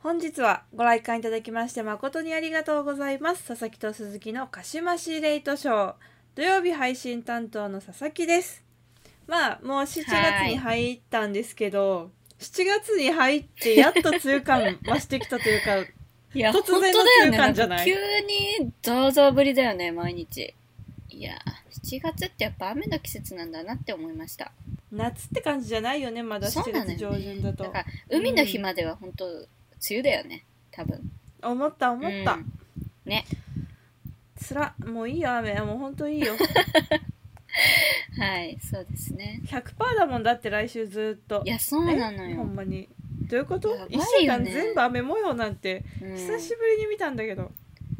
本日はご来館いただきまして誠にありがとうございます佐々木と鈴木のかしましレイトショー土曜日配信担当の佐々木ですまあもう7月に入ったんですけど7月に入ってやっと梅雨感増してきたというか いや、突本然の当だよ中間ね。なじゃんなかい急に上々ぶりだよね、毎日。いや、7月ってやっぱ雨の季節なんだなって思いました。夏って感じじゃないよねまだそ7うなの月よね上旬だとだから、海の日までは本当、梅雨だよね、多分。思った思った、うんつらもういいよ雨もうほんといいよはい、そうですね。 100%だもんだって来週ずっといや、そうなのえほよ。んまにどういうこと、やばい一よね週間全部雨模様なんてうん久しぶりに見たんだけど、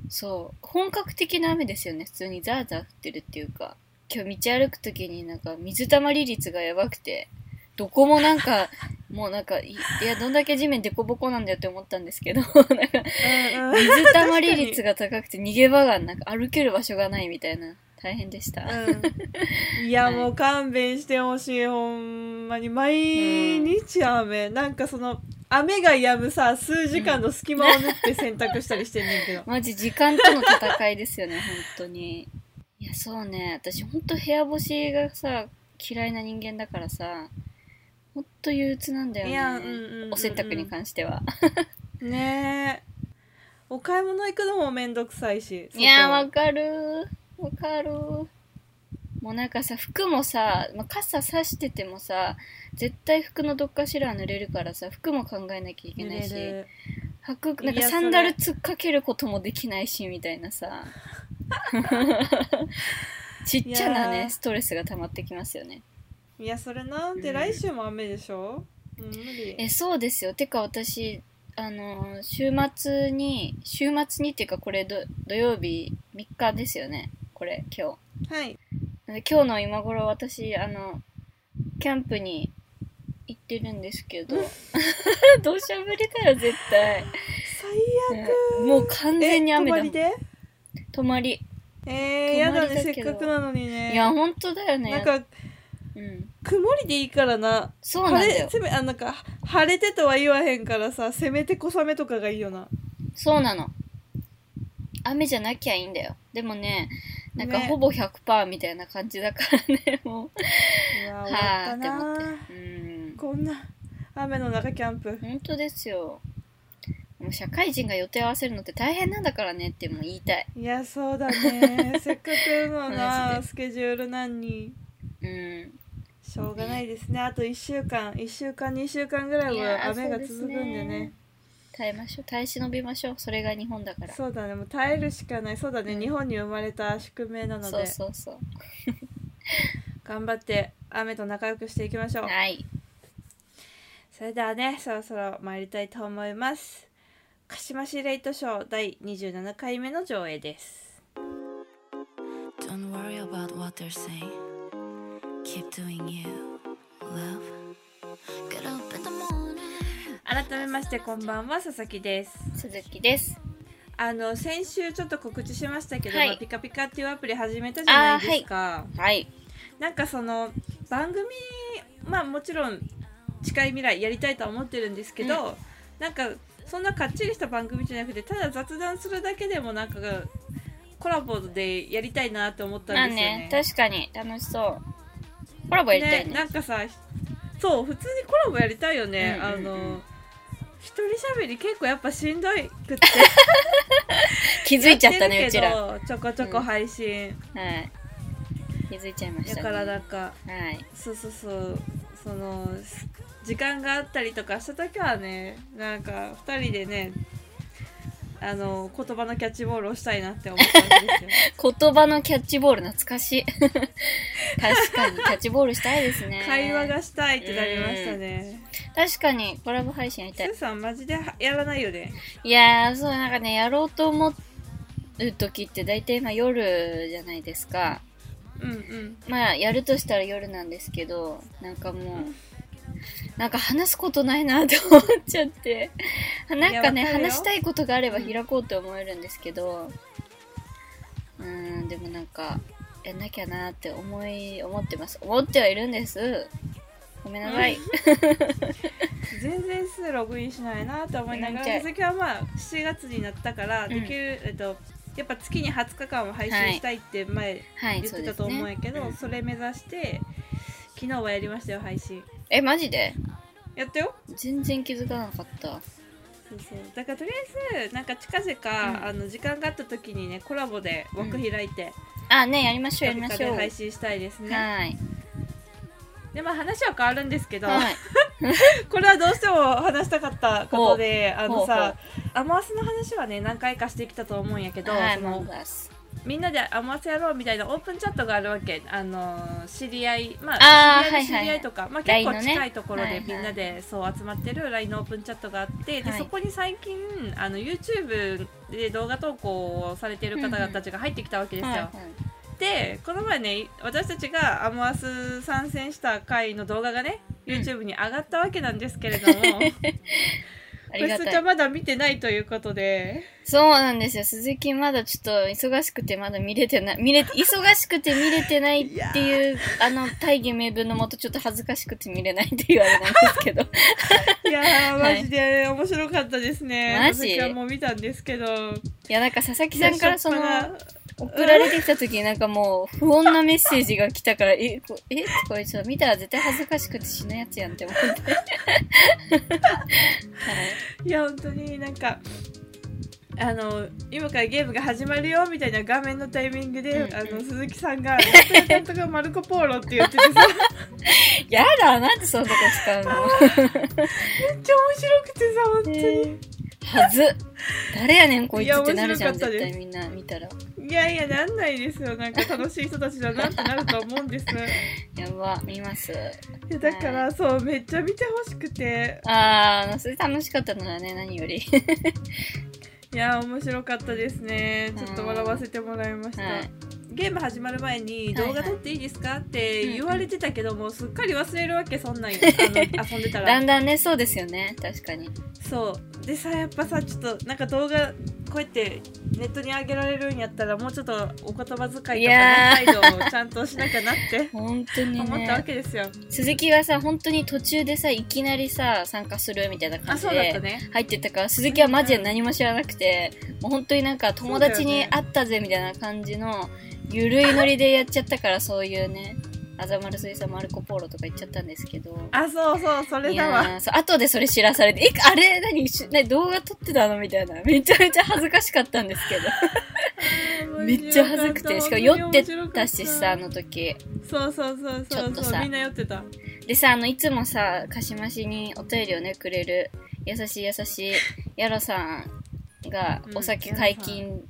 そう。本格的な雨ですよね。普通にザーザー降ってるっていうか。今日道歩くときになんか水たまり率がやばくて、どこもな んか、もうなんか、いいや、どんだけ地面でこぼこなんだよって思ったんですけど、 なんか、うんうん水たまり率 が高くて逃げ場がなんか歩ける場所がないみたいな大変でした、うんいやはいもう勘弁してほしいほんまに毎日雨、なんかその雨が止むさ数時間の隙間を縫って洗濯したりしてんねんけどマジ時間との戦いです よね本当にいやそうね私本当部屋干しがさ嫌いな人間だからさ本当憂鬱なんだよいねやうんうん、うん、お洗濯に関しては、ねえお買い物行くのもめんどくさいしいや外わかるわかるもうなんかさ服もさ、まあ、傘さしててもさ絶対服のどっかしら濡れるからさ服も考えなきゃいけない濡しれる履くいなやんかサンダル突っかけることもできないしみたい なさちっちゃないやねーストレスが溜まってきますよねいやそれなんで、うん来週も雨でしょ、うん、無理えそうですよてか私あのー週末に週末にっていうかこれど土曜日3日ですよねこれ今はい日で今日の今頃私あのキャンプに行ってるんですけど 土砂降りだよ絶対、最うんもう完悪全に雨だえ泊まもりんで泊まりえー、やだ泊ねまりせだっけどかくなのにねいや本当だよねなんかうん、曇りでいいからなそうなん晴だれよせめあなんか晴れてとは言わへんからさせめて小雨とかがいいよなそうなの雨じゃなきゃいいんだよでもねなんかねほぼ100%みたいな感じだからね もうわう終わったはあって思なってうんこんな雨の中キャンプ本当ですよもう社会人が予定合わせるのって大変なんだからねってもう言いたいいやそうだ ねせっかくのなマジでスケジュールなんにうんしょうがないですねあと1週間1週間2週間ぐらいいやはー雨がそう続でくすんでねね耐えましょう耐え忍びましょうそれが日本だからそうだねもう耐えるしかないそうだね、うん日本に生まれた宿命なのそうでそうそう頑張って雨と仲良くしていきましょうはいそれではねそろそろ参りたいと思います鹿島市レイトショー第27回目の上映です Don't worry about what they're saying. Keep doing you, love. Get up in the morning. 改めましてこんばんは佐々木です鈴木ですあの先週ちょっと告知しましたけど、はいまあピカピカっていうアプリ始めたじゃないですか、はいなんかその番組まあもちろん近い未来やりたいとは思ってるんですけど、なんかそんなかっちりした番組じゃなくてただ雑談するだけでもなんかコラボでやりたいなと思ったんまあですよねね。確かに楽しそうコラボやりたいねねなんかさそう普通にコラボやりたいよね、うんうんうんあの一人喋り結構やっぱしんどい くって気づいちゃったやねうてちるけらどちょこちょこ配信、はい。気づいちゃいましだた、ね。からなんかはい。そうそうそうそのす時間があったりとかした時はねなんか2人でねあの言葉のキャッチボールをしたいなって思ったん ですよ言葉のキャッチボール懐かしい。 確かに、キャッチボールしたいですね。会話がしたいってなりましたね確かに、コラボ配信やりスたいー。さんマジではやらないよねいやー、そう、なんかね、やろうと思う時って大体今夜じゃないですか。うんうんまあ、やるとしたら夜なんですけど、なんかもう、なんか話すことないなって思っちゃって。なんかね、いやわかるよ話したいことがあれば開こうって思えるんですけど、うーん、でもなんか、やんなきゃなって思い、思ってます。思ってはいるんです。ごめんなさい。全然すログインしないなと思いながなんちゃらい佐々木はまあ7月になったからんできる、えっとやっぱ月に20日間は配信したいって前はい、言っそうてでたすと思うんねや。けど、うんそれ目指して昨日はやりましたよ配信え、マジでやったよ全然気づかなかった。そうそうだからとりあえずなんか近々、うんあの時間があった時にねコラボで枠開いて、あ、ね、やりましょう、やりまどっかしでょう。配信したいですね、はい。でまあ話は変わるんですけど、はい。これはどうしても話したかったことであのほうほさうアマースの話はね何回かしてきたと思うんやけど、はい、そもうのみんなでアマースやろうみたいなオープンチャットがあるわけあの知り合いまああー知り合いの知はいはいり合いとか、まあ、結 LINE の構ね近いところはいではいみんなでそう集まってる LINE のオープンチャットがあって、ではいそこに最近あの YouTube で動画投稿をされている方々たちが入ってきたわけですよ。はいはいでこの前ね私たちがアモアス参戦した回の動画がねうん YouTube に上がったわけなんですけれど も、こありれがすちゃたんい。まだ見てないということでそうなんですよ。鈴木まだちょっと忙しくてまだ見れてない。 見れ、忙しくて見れてないっていう、あの、大義名分のもとちょっと恥ずかしくて見れないっていうあれなんです けど。いやーはマいジで面白かったですね、マジ私はもう見たんですけどいや、なんか佐々木さんからそのい、やしょっぱ送られてきた時になんかもう不穏なメッセージが来たから、え、こえ、これちょっと見たら絶対恥ずかしくて死ぬやつやんって思って。はい。ないや本当になんかあの今からゲームが始まるよみたいな画面のタイミングで、うんうんあの鈴木さんが「本当に監督はマルコ・ポーロ」って言 っててさやだ、なんでそんなとこ使うのめっちゃ面白くてさ本当に。はず。誰やねん、こいつってなるじゃん、いや面白かった絶です対みんな見たら。いやいやなんないですよなんか楽しい人たちだなってなると思うん ですいやば、見ます。やだからそうめっちゃ見てほしくてあー、あのそれ楽しかったのらね、何より。いや面白かったですねちょっと笑わせてもらいました、はい。ゲーム始まる前にはいは動い画撮っていいですかって言われてたけどもうすっかり忘れるわけそん なんあの遊んでただらんだんね、そうですよね、確かに。そうでさやっぱさちょっとなんか動画こうやってネットに上げられるんやったらもうちょっとお言葉遣いとかいねや態度をちゃんとしなきゃなって 本当に思ったわね。けですよ、鈴木がさ、本当に途中でさ、いきなりさ、参加するみたいな感あじそうだったで。ね入ってったから、鈴木はマジで何も知らなくて、もう本当になんか友達に会ったぜみたいな感じの、ゆるいノリでやっちゃったから、そういうね、あざまる水産マルコポーロとか言っちゃったんですけど。あそうそうそれいだやわーそう後でそれ知らされて、え、あれ何し何動画撮ってたのみたいな。めちゃめちゃ恥ずかしかったんです けど。めっちゃ恥ずくて。しかも酔ってたしさ、あの時。そうそうそうちょそっうとそさうみんな酔ってたでさ、あの、いつもさ、かしましにお便りをね、くれる、優しい優しい、やろさんがう、んお酒解禁、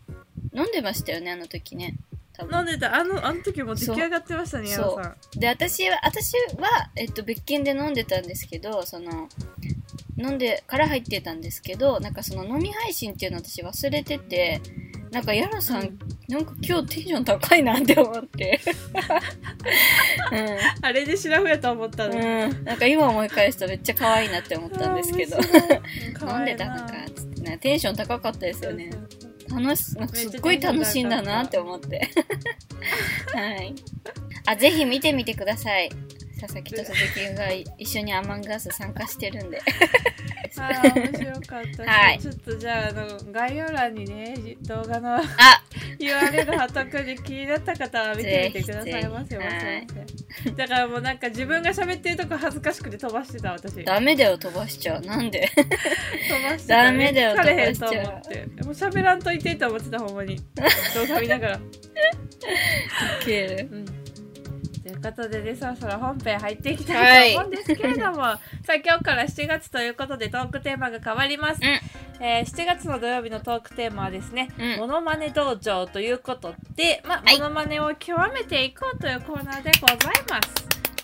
飲んでましたよね、あの時ね。多分飲んでたあのあの時もう出来上がってましたねそやうろさんで、私は、私は、えっと、別件で飲んでたんですけど、その、飲んでから入ってたんですけど、なんかその飲み配信っていうのを私忘れてて、なんかやろさん、うんなんか今日テンション高いなって思 って。あれでシラフやと思ったうん。のうん。なんか今思い返すとめっちゃ可愛いなって思ったんですけど。あー面白い可飲ん愛でいなたのかつってねテンション高かったですよねそうそう楽しなんかすっごい楽しいんだなって思って はいあぜひ見てみてください佐々木と鈴木が一緒にアマンガース参加してるんで そうあー面白かったし、はいちょっとじゃああの概要欄にね動画の あ URL 貼っとくんで気になった方は見てみてくださいませぜまひせませだからもうなんか自分が喋ってるとこ恥ずかしくて飛ばしてた私ダメだよ飛ばしちゃうなんで 飛ばしてたダメだよ疲れへんと思ってもう喋らんといてと思ってたほんまに動画見ながら消えるうんということでねそろそろ本編入っていきたはいいと思うんですけれども、 さあ今日から7月ということでトークテーマが変わります、えー7月の土曜日のトークテーマはですねうんモノマネ道場ということで、まあ、はいモノマネを極めていこうというコーナーでございます。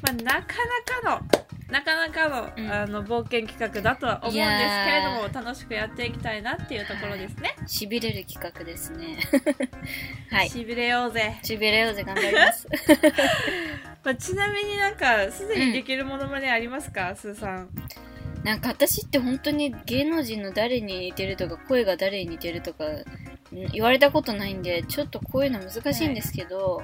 まあ、なかなかのなかなかの,、うんあの冒険企画だとは思うんですけいれどやも楽しくやっていきたいなっていうところですね。しびれる企画ですね はいしびれようぜ、しびれようぜ頑張りますまあ、ちなみになんかすでにできるモノマネありますか、スーさん。なんか私って本当に芸能人の誰に似てるとか声が誰に似てるとかん言われたことないんでちょっとこういうの難しいんですけど、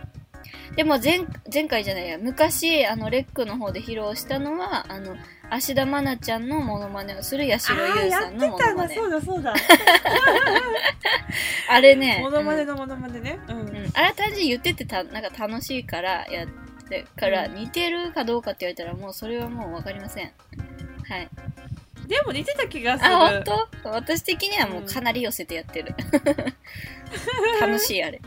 でも前前回じゃないや昔あのレックの方で披露したのはあの芦田愛菜ちゃんのモノマネをする八代あー優やさっんのモてノたマなネそうだそう だあれねモノマネのモノマネねうん、うんうん、あれ単純に言っててたなんか楽しいからやってから、うん似てるかどうかって言われたらもうそれはもう分かりませんはいでも似てた気がするあ本当私的にはもうかなり寄せてやってる楽しいあれ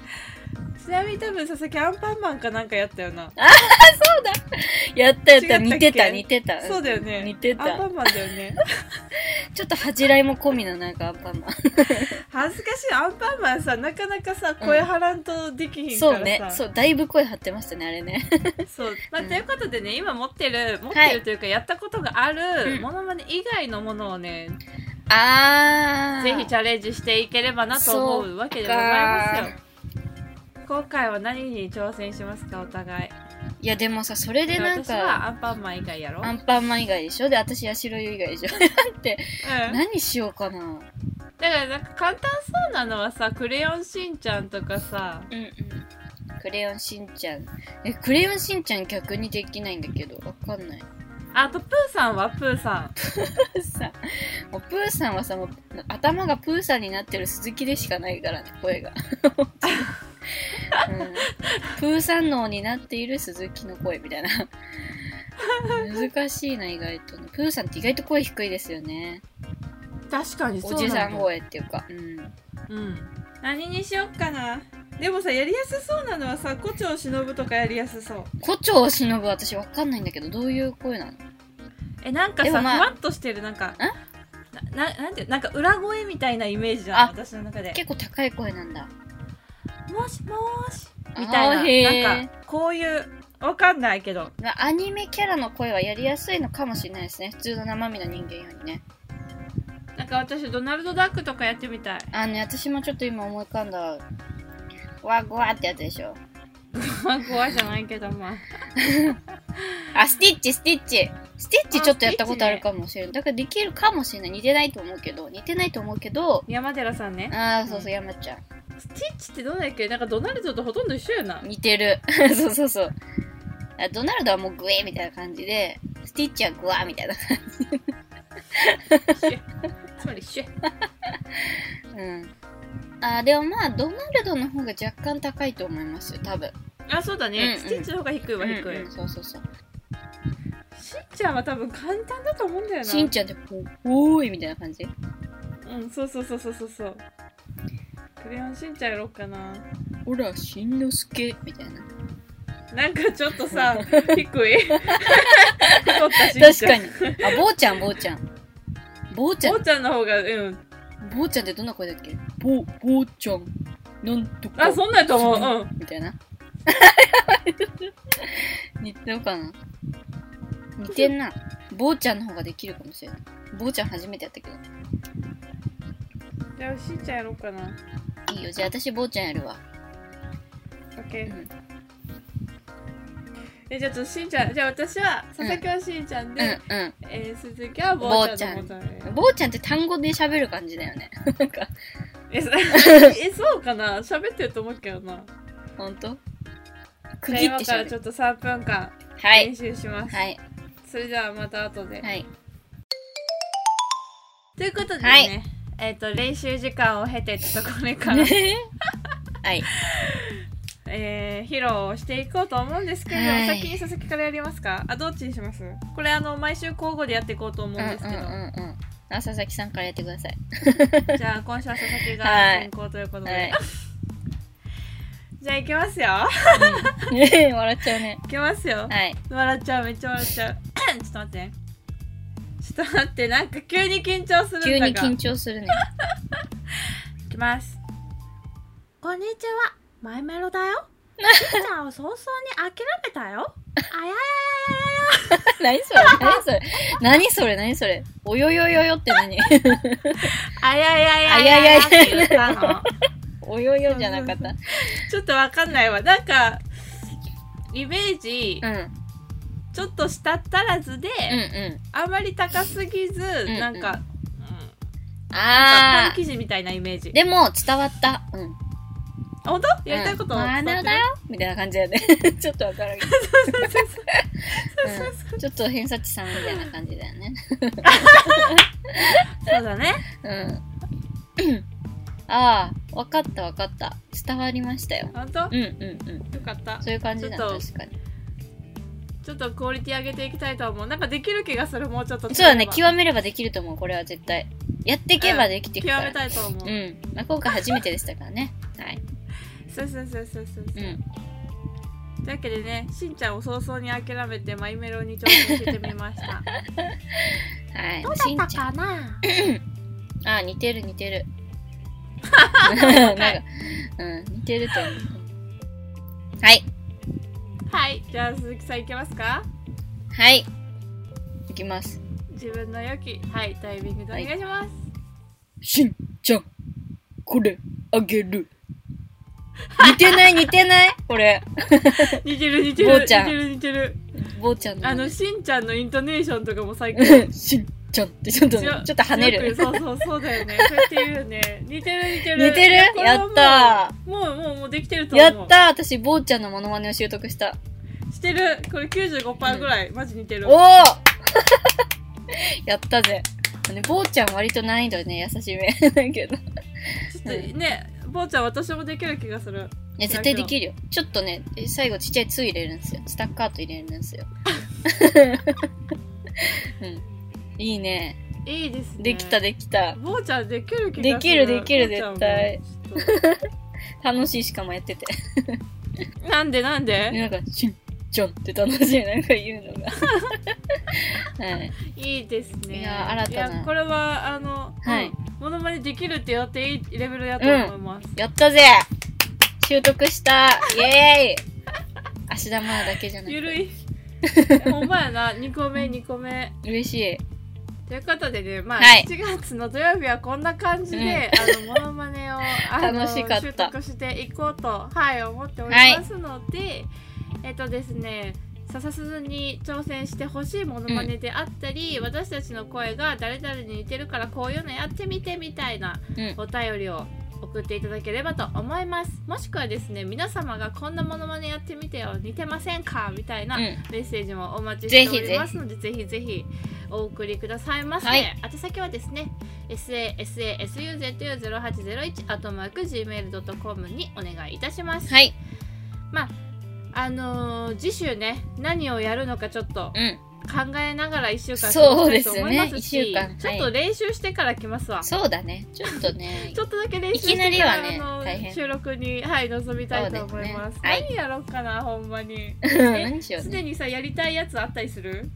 ちなみに多分佐々木アンパンマンかなんかやったよなやったやった違った似っけてた似てたそうだよね似てアンパたンマンだよ ねちょっと恥じらいも込みのなんかアンパンマン恥ずかしいアンパンマンさなかなかさ声張らんとできひんかそらさ、うねそうだいぶ声張ってましたねあれねそう、まあうんということでね今持ってる持っはているというかやったことがあうんるものまね以外のものをね、あーぜひチャレンジしていければなと思うわけでございますよ今回は何に挑戦しますかお互いいやでもさそれでなん私かはアンパンマン以外やろ、うアん、ンパンマン以外でしょで私八代優以外でしょだ何しようかな。うんからなんか簡単そうなのはさ「クレヨンしんちゃん」とかさうん。クレヨンしんちゃん。え、クレヨンしんちゃん逆にできないんだけど、わかんない。あとプーさんはプーさんさ、もうプーさんはさ、もう頭がプーさんになってる鈴木でしかないからね、声が。うん、プーさん脳になっている鈴木の声みたいな。難しいな、意外とね。プーさんって意外と声低いですよね。確かにそうおなんだじさん声っていうか。うん。うん何にしよっかなでもさやりやすそうなのはさ胡蝶忍とかやりやすそう胡蝶忍ぶ私わかんないんだけど、どういう声なのえなんかでもさ、まあふわっとしてるなんかなななんてなんか裏声みたいなイメージじゃんあ私の中で結構高い声なんだ。もしもーしみたあーへいーななんかこういうわかんないけどまあアニメキャラの声はやりやすいのかもしれないですね普通の生身の人間よりねなんか私ドナルド・ダックとかやってみたい あのね私もちょっと今思い浮かんだわごわってやつでしょまあ怖いじゃないけどまああスティッチスティッチスティッチあちょっとやったことあるかもしれない、だからできるかもしれない似てないと思うけど似てないと思うけど山寺さんねああそうそう山ちゃスティッチってどうだっけなんかドナルドとほとんど一緒やなん似てる そうそうそうあドナルドはもうグエーみたいな感じでスティッチはグワーみたいなシュッつまりシュッうんあーでもまあドナルドの方が若干高いと思いますよ多分あそうだうんね、うんスティッチの方が低いは低い、うんうんそうそうそうしんちゃんは多分簡単だと思うんだよなしんちゃんってこう、おーいみたいな感じうんそうそうそうそうそうそうクレヨンしんちゃんやろうかなほら、しんのすけみたいな。なんかちょっと さ低い太ったしんちゃん確かに。あ、ぼうちゃん、ぼうちゃん。ぼうちゃおんー、ちゃんの方がうんぼうちゃんってどんな声だっけぼう、ぼうちゃん、なんとか。あそんなんやと思ううんみたいな。 似てるかな似てんな。ぼうちゃんの方ができるかもしれない。ぼうちゃん初めてやったけど。じゃあしんちゃんやろうかないいよ、じゃあ私ぼうちゃんやるわ。う OK ん。えじゃあちょっとしんちゃんじゃあ私は佐々木はしんちゃんで、うん、うん。えー、鈴木はぼうちゃんのぼこうちとねぼうちゃんって単語で喋る感じだよね。 なんか、えそえそうかな喋ってると思うけどなほんと区じゃあ切今かってら喋ちる。ょっと3分間はい練。習します、はい。それではまた後で、はい。ということでね、はいえっ、と練習時間を経てってところから、 はい。 えー、披露していこうと思うんですけれども、はい先に佐々木からやりますかあどっちにしますこれあの毎週交互でやっていこうと思うんですけど、うんうんうんうん。あ、佐々木さんからやってください。じゃあ今週は佐々木がはい進行ということで、はい。じゃあいきますよ ね笑っちゃうね。いきますよ、はい。笑っちゃうめっちゃ笑っちゃうちょっと待ってねちょっと待ってなんか急に緊張するんだが急に緊張するね。 いきますこんにちはマイメロだよしんちゃんを早々に諦めたよあやや何それ何それ何それ何それおよよよよって何 あややややって言ったのおよよじゃなかった。ちょっとわかんないわなんかイメージ、うん。うんちょっとしたったらずで、うあまり高すぎず、んなんか、うんん。なんかパンあー。生地みたいなイメージでも、伝わった。うん。本当やりたいことうんまあ、伝わっなだてるよみたいな感じだよね。 ちょっとわからんけど。うんちょっと偏差値さんみたいな感じだよね。そうだねうん。 ああ、わかったわかった。伝わりましたよ。本当ようんうんうん。かったそういう感じだちょっと確かに。ちょっとクオリティ上げていきたいと思うなんかできる気がするもうちょっとそうだね、極極めればできると思う、これは絶対。やっていけばできていくから。めたいと思う、うん。まあ、今回初めてでしたからね。はい。そうそうそうそうそう、う。うんというわけでねしんちゃんを早々に諦めてマイメロに挑戦してみましたはい。 しんちゃん。なああ、似てる似てる。 なんか、うん、似てると思う。はい。はいじゃあ鈴木さんいけますかはい。いきます。自分の良きはいタイミングでお願いします、しんちゃん、これ、あげる。似てない似てないこれ。似てる似てるぼうちゃん似てる似てる坊ちゃんの。あのしんちゃんのイントネーションとかも最高うん しんちゃんってちょっとね、ちょっと跳ねよるく。そうそうそうだ よねそうやって言うよね似てる似てる似てるこれはもうやったもうもうもうできてると思やうったー私、坊ちゃんのモノマネを習得した。してるこれ95%ぐらい、マジ似てるおお やったぜ。ね、坊ちゃん割と難易度ね、優しめ だけど。ちいょっとね、坊ちゃん私もできる気がするや、絶対できるよ。ちょっとね、え最後ちっちゃい2入れるんですよ。スタッカート入れるんで すよ。うん。いいね。いいですねできた、できた。坊ちゃんできる気がするできるできる坊ちゃんも絶対ちょっ楽しいしかもやってて。となんでなんでなんか、しんちゃんって楽しい。なんか言うの が。はい。いいですねいや新たないやこれはあの、はいうんモノマネできるってやっていいレベルだと思います、やったぜ習得したイエーイ足玉だけじゃなゆるく いほんまやな2個目2個目嬉しい。ということでね、まあ、はい7月の土曜日はこんな感じで、うんあの、モノマネを、あの、楽しかった習得していこうと、はい、思っておりますので、えっとですね、笹鈴に挑戦してほしいモノマネであったり、私たちの声が誰々に似てるからこういうのやってみてみたいなうん。お便りを送っていただければと思います。もしくはですね、皆様がこんなモノマネやってみてよ、似てませんかみたいな、うん。メッセージもお待ちしておりますのでぜひぜひお送りくださいませ、はい宛先はですね sasasuzu0801 あとマーク gmail.com にお願いいたします、はい。あのー次週ね何をやるのかちょっとうん。考えながら1週間そうです過ねごしたいと思いますし一週間はいちょっと練習してから来ますわそうだね。 ちょっとねち。ょっとだけ練習いきなりはねあの大変収録に、はい、臨みたいと思いますそうですねはい何やろうかなほんまに何しようすね。でにさやりたいやつあったりする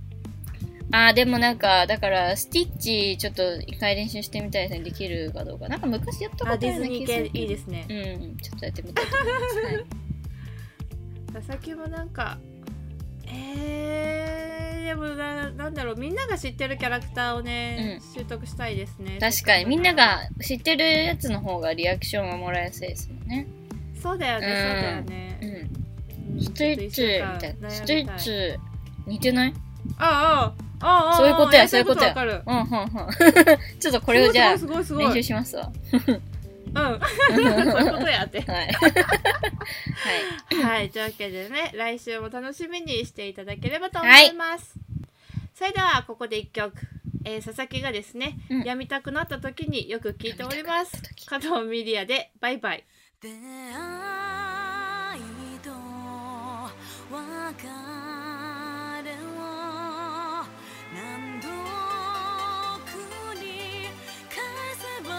あー、でもなんか、だから、スティッチ、ちょっと一回練習してみたいですね。できるかどうか。なんか昔やったことああるディようズなニ気ーがす系る。いいですねうん。ちょっとやってみたいと思います。はい佐々木もなんかえー、でもななんだろうみんなが知ってるキャラクターをね、習得したいですね確かに、みんなが知ってるやつの方がリアクションはもらいやすいですよね。そうだよねうんそうだようね、ん。うんスティッチ、みたいな。スティッチ、似てないああああああそういうことやそういうことやわかるうん、うん、うん。 ちょっとこれをじゃあ、すごいすごいすご練い習すしますわ。ご いうん そうはいうことやってい。 はい。はい、というわけでね、来週も楽しみにしていただければと思います。それでは、ここで一曲。えー佐々木がですね、うんやみたくなった時によく聞いておりますやみたくなった。時加藤ミリアで、バイバイ。出会いと別れを何度繰り返せば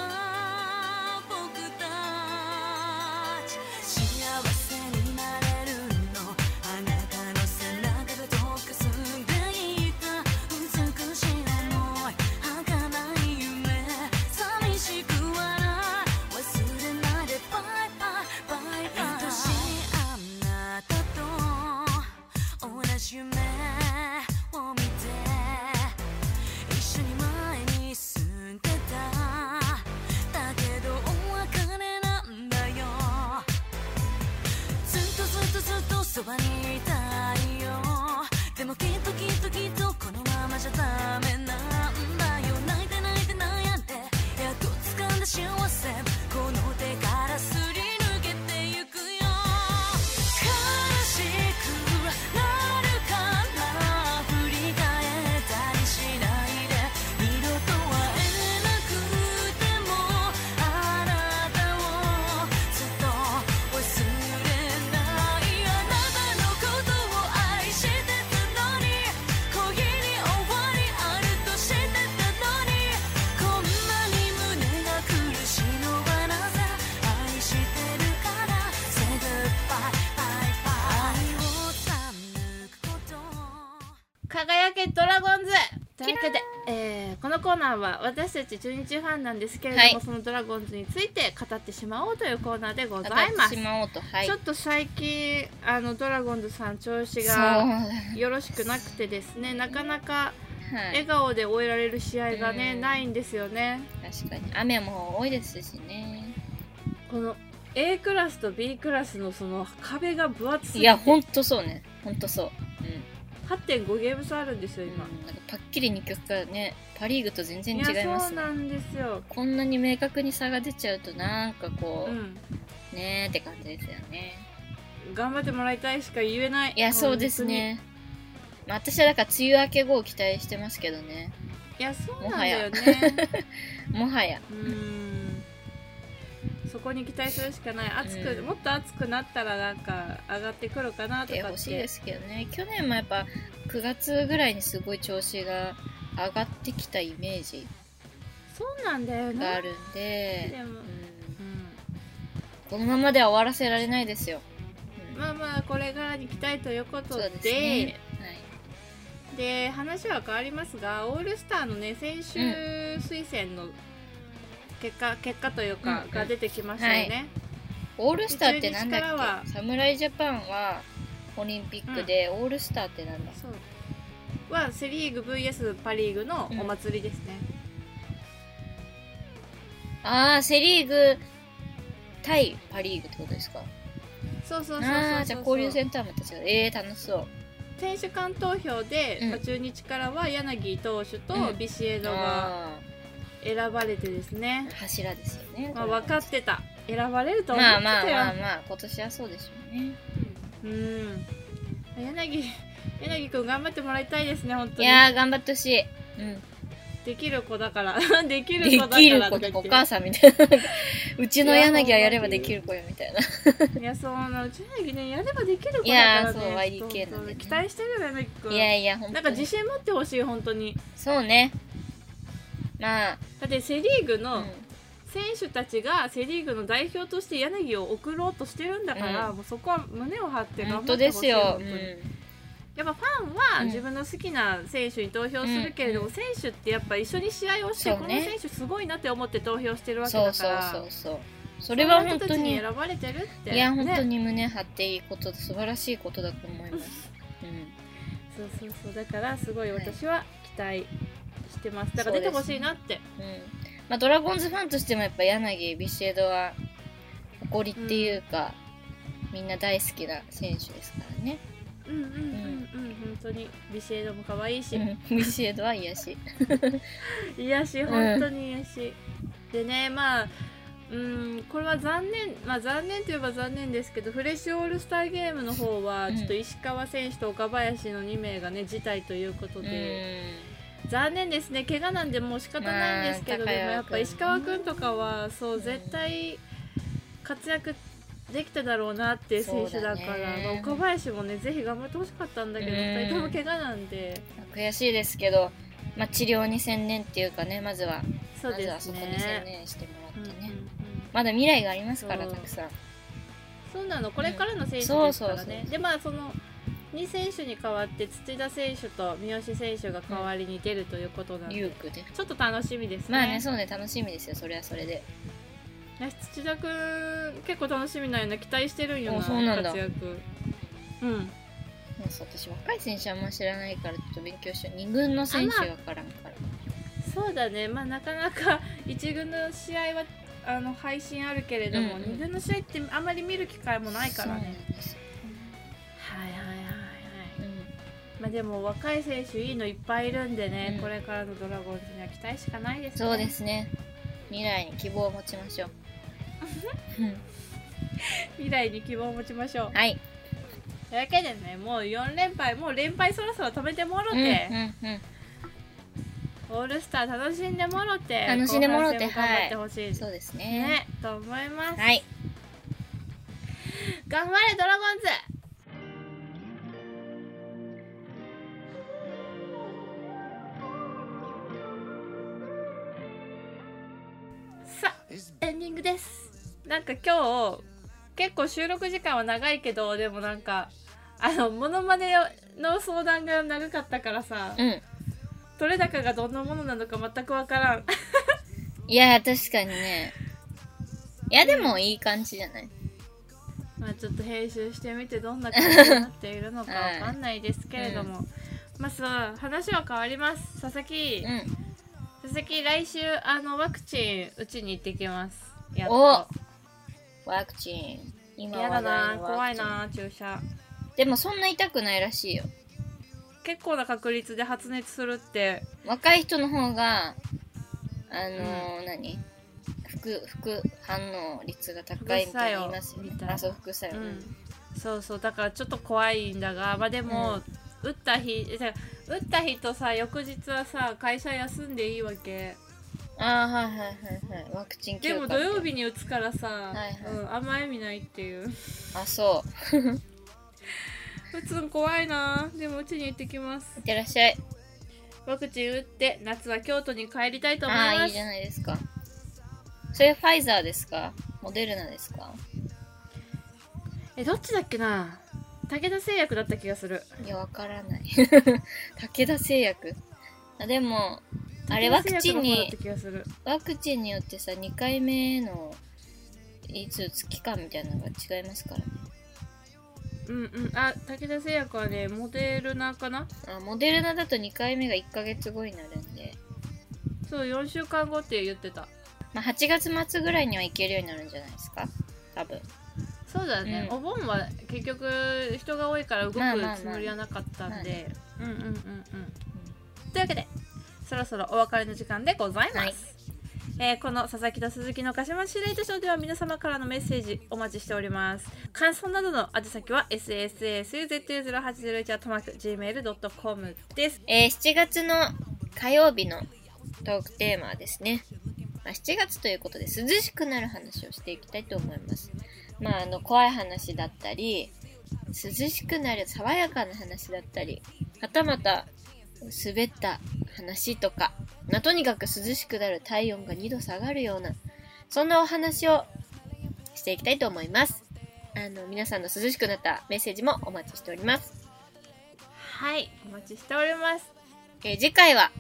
僕たち幸せになれるのあなたの背中で溶かすんでいた美しい想い儚い夢寂しくはない忘れないでバイバイバイバイ愛しいあなたと同じ夢を見て一緒に前に進んでただけどお別れなんだよずっとずっとずっとそばにいたいよでもきっときっときっとこのままじゃダメなんだよ泣いて泣いて悩んでやっと掴んだ幸せこの手からすり抜けてゆくのコーナーは私たち中日ファンなんですけれども、はいそのドラゴンズについて語ってしまおうというコーナーでござ当いたまっすてし。まおうとはいちょっと最近あのドラゴンズさん調子そうがよろしくなくてですねなかなかはい笑顔で終えられる試合がね、うんないんですよね。確かに雨も多いですしねこの A クラスと B クラスのその壁が分厚すぎいてやほんとそうねほんとそう8.5ゲーム差あるんですようん、今、うんなんかパッキリ2曲からねパ・リーグと全然違いやいまそすうねなんですよ、こんなに明確に差が出ちゃうとなんかこうう、ん、ねーって感じですよね頑張ってもらいたいしか言えないいやそうですね、まあ、私はだから梅雨明け後を期待してますけどね本当にいやそうなんだよねもはやうんそこに期待するしかない熱く、うんもっと熱くなったらなんか上がってくるかなとってかっほてしいですけどね去年もやっぱ9月ぐらいにすごい調子が上がってきたイメージそうなんだよがあねるんででもうんうこのままでは終わらせられないですよ、うんんまあまあこれからに期待ということそうでですで,、ねはい話は変わりますがオールスターのね選手推薦の結果、結果というか、うんうんが出てきましたよね、オールスターってなん中日からだはっけ侍ジャパンはオリンピックで、オールスターってなんだそうはセ・リーグ VS パ・リーグのお祭りですね、ああセ・リーグ対パ・リーグってことですかそうそうそうそうああーじゃあ交流選戦とはまた違うええー、楽しそう手間投票で、うんまあ中日からは柳投手うとんビシエドがあ選ばれてですあね、柱ですよねまあ分かってた選ばれると思ってまあたよ、まあまあまあ今年はそうでしょうねうん柳柳くん頑張ってもらいたいですね本当いにやー頑張ってほしい、うん、できる子だから できるで子だからきると子か言っとかおて母さんみたいなうちの柳はやればできる子よみたいないやそうなのうち柳ねやればできる子だからねいやーそうちょっと YDK なんでね期待してるよ柳くんいやいや本なん当か自に信持ってほしい本当にそうねまあ、だってセ・リーグのうん選手たちがセ・リーグの代表として柳を送ろうとしてるんだから、うもうそこは胸を張って頑本張当ってでほすしいよ、う本当にん、やっぱファンはうん自分の好きな選手に投票するけれども、うん選手ってやっぱ一緒に試合をして、そうこのね選手すごいなって思って投票してるわけそうだそかうらそうそうそれは本当そんな人たちに選ばれてるっていや本当ね、に胸張っていいこと素晴らしいことだと思います、うん、そうそうそうだからすごいはい私は期待してますだから出てほしいなって、うんまあ、ドラゴンズファンとしてもやっぱ柳ビシエドは誇りっていうか、みんな大好きな選手ですからね、うんうんうんうん本当にビシエドも可愛いし、うん、ビシエドは癒し癒やし本当に癒やし、でねまあうんこれは残念まあ残念といえば残念ですけどフレッシュオールスターゲームの方はうんちょっと石川選手と岡林の2名がね辞退ということうんで、残念ですね怪我なんでもう仕方ないんですけど、まあでもやっぱ高谷君石川君とかはそううん絶対活躍できただろうなっていう選手だからそうだねまあ岡林もねぜひ頑張ってほしかったんだけど、うん2人とも怪我なんで悔しいですけど、まあ、治療に専念っていうかねまずは、そうまずではすそこにね。専念してもらってね、うんうんうんまだ未来がありますからそうたくさんそうなのこれからの選手うんですからそうそうねそ。うでまあその2選手に代わって土田選手と三好選手が代わりに出るということなんで、リュークでちょっと楽しみですね。まあねそうね楽しみですよそれはそれで私土田くん結構楽しみなんよな期待してるんよなあそうなんだ活躍。うん。もうそう私若い選手あんま知らないからちょっと勉強しよう2軍の選手がからんからそうだね。まあなかなか 1軍の試合はあの配信あるけれども、うん2軍の試合ってあんまり見る機会もないからね。そうなんですよはいはいはいはい。うんまあでも若い選手いいのいっぱいいるんでね、うんこれからのドラゴンズには期待しかないですね。そうですね未来に希望を持ちまし ょううん未来に希望を持ちましょう。はいというわけでね、もう4連敗、もう連敗そろそろ止めてもろうんうんて、うんオールスター楽しんでもろて、楽しんでもろて後半戦も頑張ってほしいですそうですねね、と思います。はい頑張れドラゴンズさあエンディングですなんか今日結構収録時間は長いけどでもなんかあのモノマネの相談が長かったからさうん取れ高がどんなものなのか全くわからんいや、確かにね。いや、でもいい感じじゃないまあちょっと編集してみてどんな感じになっているのかわかんないですけれども、まずは話は変わります佐々木、うん。佐々木来週あのワクチン打ちに行ってきますやっとおワクチン。今やだ話な題のワクチン怖い。な注射でもそんな痛くないらしいよ。結構な確率で発熱するって若い人の方が、あのー何副、副反応率が高いみたいに言いますよね副作用みたい。なあ、そう、副作用。うん、そうそうだからちょっと怖いんだがまあでも、打った日じゃあ打った日とさ翌日はさ会社休んでいいわけあーはいはいはいはい。ワクチンで休も暇土曜日に打つからさ、いはいうん、あんま意味ないっていうあ、そう。打つの怖いなでもうちに行ってきますいってらっしゃい。ワクチン打って夏は京都に帰りたいと思いああー、まいいすじゃないですか。それファイザーですかモデルナですかえどっちだっけな武田製薬だった気がするいや、わからない。 武田製薬。あでも、あれ、ワクチンに武、田製薬の方だった気がするワクチンによってさ、2回目の、いつ打つ期間みたいなのが違いますからね。うんうんあ武田製薬はねモデルナかなあモデルナだと2回目が1ヶ月後になるんで、そう4週間後って言ってたまあ、8月末ぐらいには行けるようになるんじゃないですか多分。そうだね、うんお盆は結局人が多いから動くまあまあまあつもりはなかったんで、うんうんうんうんというわけでそろそろお別れの時間でございます、はいえーこの佐々木と鈴木の鹿島司令図書では皆様からのメッセージお待ちしております感想などの宛先は sasasuzu0801-gmail.com ですえー7月の火曜日のトークテーマはですね、まあ、7月ということで涼しくなる話をしていきたいと思います。まあ、あの怖い話だったり涼しくなる爽やかな話だったりはたまた滑った話とか、まあ、とにかく涼しくなる体温が2度下がるようなそんなお話をしていきたいと思います。あの皆さんの涼しくなったメッセージもお待ちしております。はいお待ちしておりますえー次回は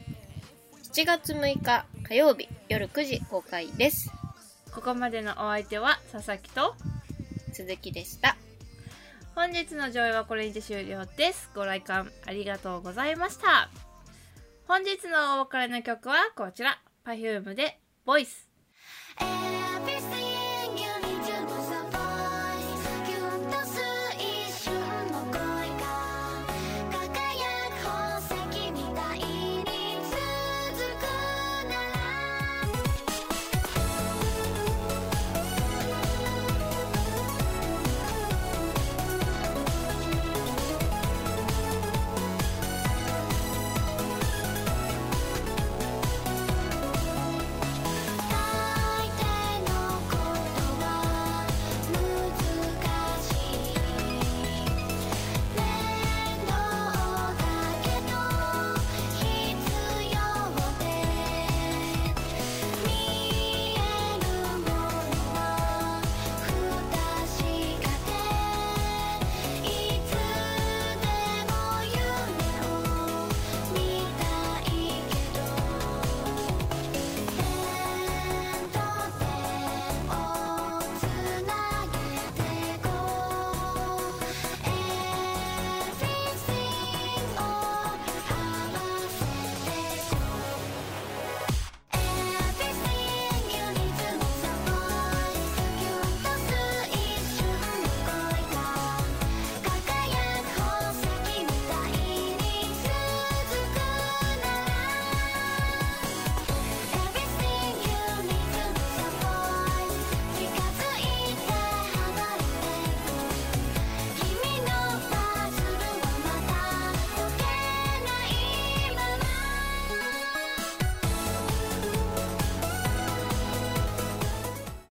7月6日火曜日夜9時公開ですここまでのお相手は佐々木と鈴木でした本日の上映はこれにて終了ですご来館ありがとうございました本日のお別れの曲はこちら Perfume で「ボイス